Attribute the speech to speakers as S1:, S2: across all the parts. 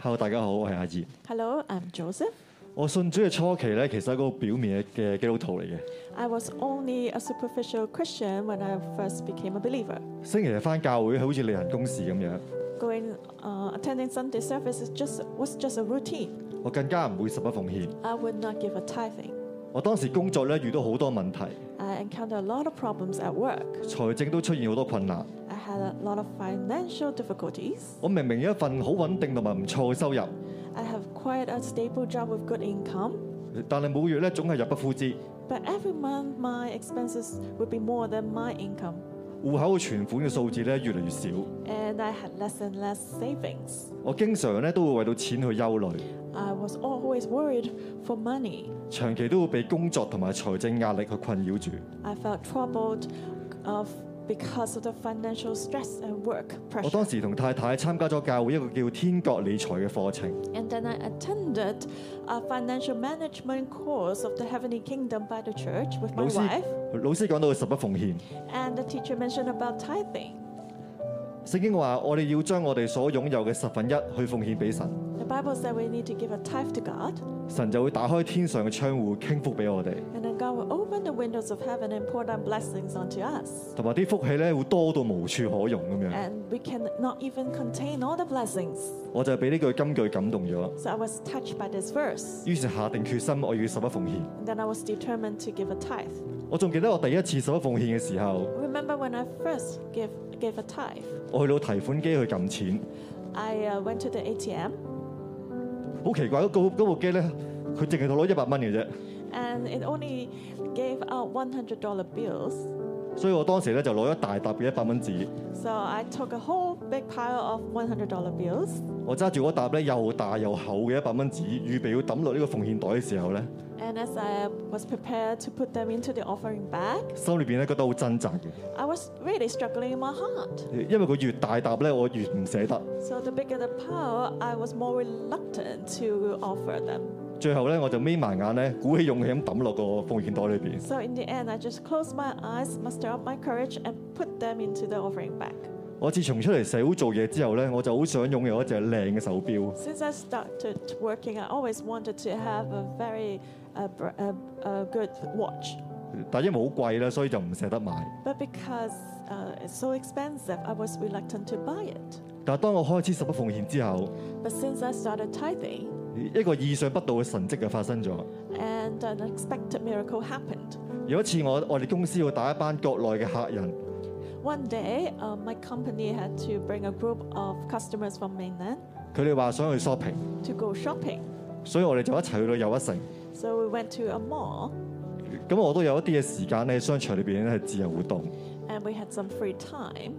S1: Hello，大家好，我係阿葉。
S2: Hello, I'm Joseph.
S1: 我信主嘅初期咧，其實係一個表面嘅基督徒嚟嘅。
S2: I was only a superficial Christian when I first became a believer.
S1: 星期日翻教會好似例行公事咁樣，
S2: Going uh, attending Sunday service is just was just a routine.
S1: 我更加唔會十一奉獻。
S2: I would not give a tithing.
S1: 我當時工作咧遇到好多問題，
S2: I encountered a lot of problems at work.
S1: 財政都出現好多困難。
S2: I had a lot of financial difficulties.
S1: 我明明有一份好穩定同埋唔錯嘅收入，
S2: I have quite a stable job with good income,
S1: 但係每月咧總係入不敷支，
S2: but every month my expenses would be more than my income,
S1: 户口嘅存款嘅數字咧越嚟越少。
S2: and I had less and less savings.
S1: 我經常咧都會為到錢去憂慮，
S2: I was always worried for money.
S1: 長期都會被工作同埋財政壓力去困擾住。
S2: I felt troubled of because of the financial stress and work
S1: 我
S2: pressure.
S1: 當時同太太參加咗教會一個叫天國理財嘅課程。
S2: And then I attended a financial management course of the Heavenly Kingdom by the church with my
S1: 老師
S2: wife.
S1: 老師講到十不奉獻，
S2: And the teacher mentioned about tithing.
S1: 聖經話我哋要將我哋所擁有嘅十分一去奉獻俾神，
S2: The Bible said we need to give a tithe to God,
S1: 神就會打開天上嘅窗户傾福俾我哋，
S2: and then God will open the windows of heaven and pour down blessings onto us.
S1: 同埋啲福氣咧會多到無處可容咁樣。
S2: And we cannot even contain all the blessings.
S1: 我就係俾呢句金句感動咗，
S2: So I was touched by this verse.
S1: 於是下定決心我要十不奉獻。
S2: And then I was determined to give a tithe.
S1: 我仲記得我第一次十不奉獻嘅時候，
S2: Remember when I first gave, gave a tithe?
S1: 我去到提款機去撳錢，
S2: I uh, went to the ATM
S1: 好奇怪嗰嗰嗰部機咧，佢淨係攞一百蚊嘅啫。
S2: and it only gave out $100 bills.
S1: 所以我當時咧就攞一大沓嘅一百蚊紙，
S2: So I took a whole big pile of $100 bills
S1: 我揸住嗰沓咧又大又厚嘅一百蚊紙，預備要抌落呢個奉獻袋嘅時候咧，
S2: and as I was prepared to put them into the offering bag,
S1: 心裏邊咧覺得好掙扎嘅，
S2: I was really struggling in my heart.
S1: 因為佢越大沓咧，我越唔捨得。
S2: So the bigger the pile, I was more reluctant to offer them.
S1: 最後咧，我就眯埋眼咧，鼓起勇氣咁抌落個奉獻袋裏邊。
S2: So in the end, I just closed my eyes, muster up my courage, and put them into the offering bag.
S1: 我自從出嚟社會做嘢之後咧，我就好想擁有一隻靚嘅手錶，
S2: Since I started working, I always wanted to have a very uh, br- uh, uh, good watch.
S1: 但因為好貴啦，所以就唔捨得買。
S2: But because uh, it's so expensive, I was reluctant to buy it.
S1: 但係當我開始十一奉獻之後，
S2: But since I started tithing,
S1: 一個意想不到嘅神跡就發生咗。
S2: an unexpected miracle happened.
S1: 有一次我我哋公司要打一班國內嘅客人，
S2: One day, uh, my company had to bring a group of customers from mainland
S1: 佢哋話想去 shopping，
S2: to go shopping.
S1: 所以我哋就一齊去到又一城。
S2: So we went to a mall
S1: 咁我都有一啲嘅時間咧，喺商場裏邊咧係自由活動。
S2: and we had some free time.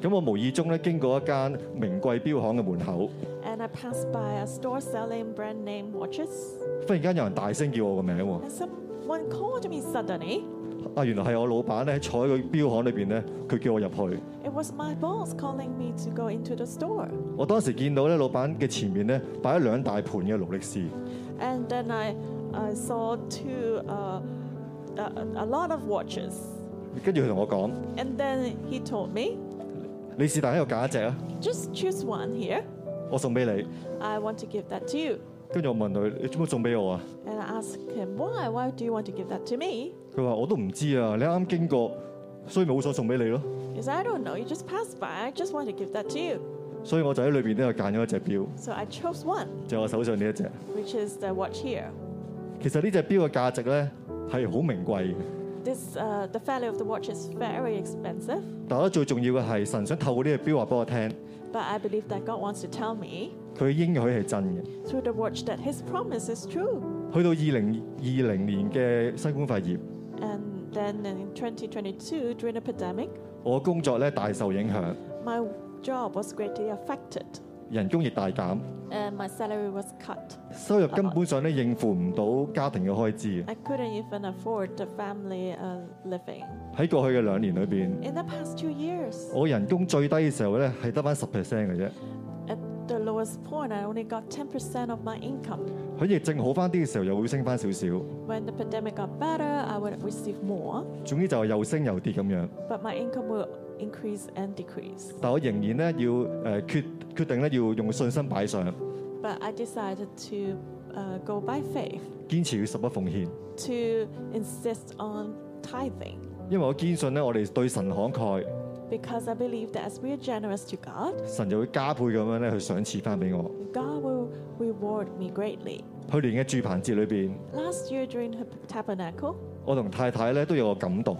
S1: 咁我無意中咧經過一間名貴錶行嘅門口，
S2: And I passed by a store selling brand name watches.
S1: 忽然間有人大聲叫我個名喎。
S2: And someone called me suddenly.
S1: 啊，原來係我老闆咧坐喺個錶行裏邊咧，佢叫我入去。
S2: It was my boss calling me to go into the store.
S1: 我當時見到咧，老闆嘅前面咧擺咗兩大盤嘅勞力士，
S2: And then I, I saw two, uh, a, a lot of watches.
S1: 跟住佢同我講：
S2: And then he told me,
S1: 你是但喺度揀一隻啊，
S2: just choose one here.
S1: 我送俾你。
S2: I want to give that to you.
S1: 跟住我問佢：你做乜送俾我啊？
S2: And I asked him, why? Why do you want to give that to me?
S1: 佢話：我都唔知啊，你啱啱經過，所以咪好想送俾你咯。
S2: He said, I don't know. You just passed by. I just want to give that to you.
S1: 所以我就喺裏邊咧揀咗一隻錶，
S2: So I chose one,
S1: 就係我手上呢一隻。
S2: which is the watch here.
S1: 其實呢隻錶嘅價值咧係好名貴嘅，
S2: This, uh, the value of the watch is very expensive.
S1: 但我覺得最重要嘅係神想透過呢隻錶話俾我聽，
S2: But I believe that God wants to tell me
S1: 佢應許係真嘅。
S2: through the watch that His promise is true.
S1: 去到二零二零年嘅新冠肺炎，
S2: And then in 2022, during the pandemic,
S1: 我工作咧大受影響，
S2: my job was greatly affected
S1: 人工亦大減，
S2: and my salary was cut.
S1: 收入根本上咧應付唔到家庭嘅開支。
S2: I couldn't even afford the family uh, living.
S1: 喺過去嘅兩年裏邊，
S2: In the past two years,
S1: 我人工最低嘅時候咧係得翻十 percent 嘅啫。
S2: at the lowest point, I only got 10% of my income.
S1: 喺疫症好翻啲嘅時候又會升翻少少，
S2: When the pandemic got better, I would receive more,
S1: 總之就係又升又跌咁樣。
S2: but my income will increase and decrease.
S1: 但我仍然咧要誒決決定咧要用信心擺上。
S2: but I decided to uh, go by faith
S1: 堅持要十一奉獻，
S2: to insist on tithing
S1: 因為我堅信咧，我哋對神慷慨，
S2: because I believe that as we are generous to God,
S1: 神就會加倍咁樣咧去賞賜翻俾我。
S2: God will reward me greatly.
S1: 去年嘅住棚節裏邊，
S2: Last year during her tabernacle,
S1: 我同太太咧都有個感動，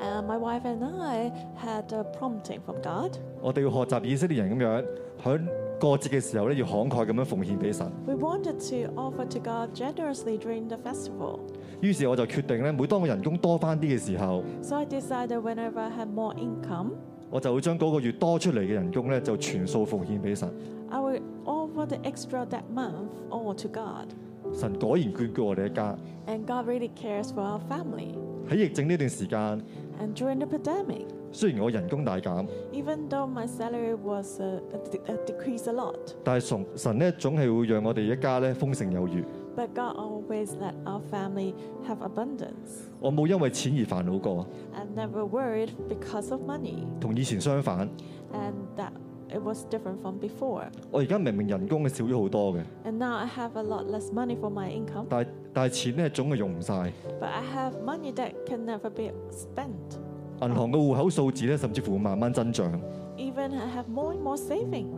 S2: uh, my wife and I had a prompting from God.
S1: 我哋要學習以色列人咁樣喺過節嘅時候咧，要慷慨咁樣奉獻俾神。
S2: We wanted to offer to God generously during the festival.
S1: 於是我就決定咧，每當我人工多翻啲嘅時候，
S2: So I decided whenever I had more income,
S1: 我就會將嗰個月多出嚟嘅人工咧，就全數奉獻俾神。
S2: I would offer the extra that month all to God.
S1: 神果然眷顧我哋一家。
S2: And God really cares for our family.
S1: 喺疫症呢段時間，
S2: And during the pandemic,
S1: 雖然我人工大減，
S2: even though my salary was uh, de- uh, decreased a lot,
S1: 但係神神咧總係會讓我哋一家咧豐盛有餘。
S2: but God always let our family have abundance.
S1: 我冇因為錢而煩惱過，
S2: I never worried because of money,
S1: 同以前相反，
S2: and that it was different from before.
S1: 我而家明明人工嘅少咗好多嘅，
S2: And now I have a lot less money for my income,
S1: 但係但係錢咧總係用唔晒。
S2: but I have money that can never be spent.
S1: 銀行嘅戶口數字咧，甚至乎慢慢增長。
S2: Even I have more and more savings.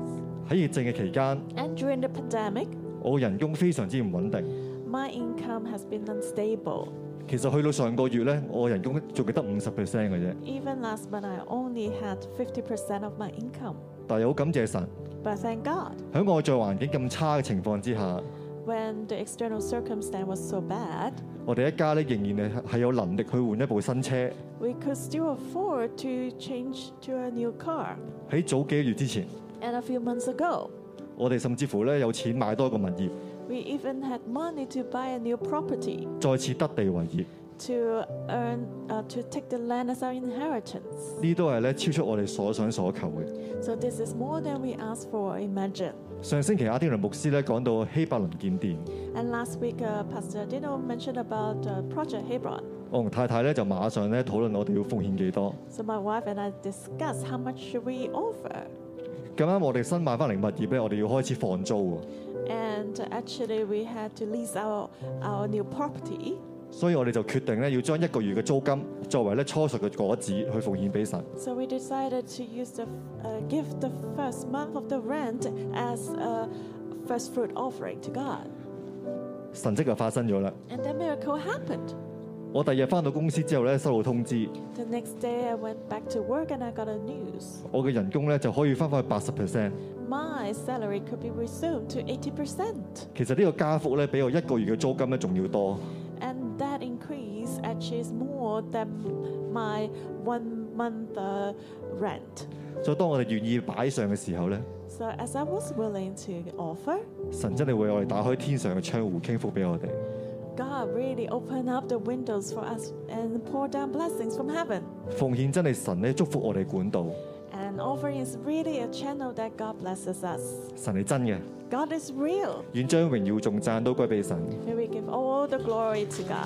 S1: 喺疫症嘅期間，
S2: And during the pandemic,
S1: 我嘅人工非常之唔穩定。
S2: my income has been unstable.
S1: 其實去到上個月咧，我人工仲係得五十 percent 嘅啫。
S2: Even last month, I only had 50% of my income.
S1: 但係好感謝神，
S2: But thank God,
S1: 喺外在環境咁差嘅情況之下，
S2: when the external circumstance was so bad,
S1: 我哋一家咧仍然係係有能力去換一部新車。
S2: we could still afford to change to a new car.
S1: 喺早幾個月之前，
S2: And a few months ago,
S1: 我哋甚至乎咧有錢買多一個物業，
S2: we even had money to buy a new property
S1: 再次得地為業。
S2: to earn uh, to take the land as our inheritance.
S1: 呢都係咧超出我哋所想所求嘅。
S2: So this is more than we asked for, imagine.
S1: 上星期阿天倫牧師咧講到希伯倫建殿，
S2: And last week, uh, Pastor Dino mentioned about uh, Project Hebron.
S1: 我同太太咧就馬上咧討論我哋要奉獻幾多。
S2: So my wife and I discussed how much should we offer.
S1: 咁啱我哋新買翻嚟物業咧，我哋要開始放租喎，
S2: And actually, we had to lease our our new property.
S1: 所以我哋就決定咧要將一個月嘅租金作為咧初熟嘅果子去奉獻俾神。
S2: So we decided to use the uh, give the first month of the rent as a first fruit offering to God.
S1: 神蹟就發生咗啦。
S2: And the miracle happened.
S1: 我第二日翻到公司之後咧，收到通知，
S2: The next day, I went back to work and I got a news.
S1: 我嘅人工咧就可以翻返去八十 percent。
S2: My salary could be resumed to 80%.
S1: 其實呢個加幅咧，比我一個月嘅租金咧仲要多。
S2: And that increase actually is more than my one month uh, rent.
S1: 所以當我哋願意擺上嘅時候咧，
S2: So, as I was willing to offer,
S1: 神真係為我哋打開天上嘅窗户，傾覆俾我哋。
S2: God really opened up the windows for us and poured down blessings from heaven.
S1: 奉獻真係神咧祝福我哋管道，
S2: And offering is really a channel that God blesses us.
S1: 神係真嘅。
S2: God is real.
S1: 願將榮耀仲讚都歸俾神。
S2: May we give all the glory to God.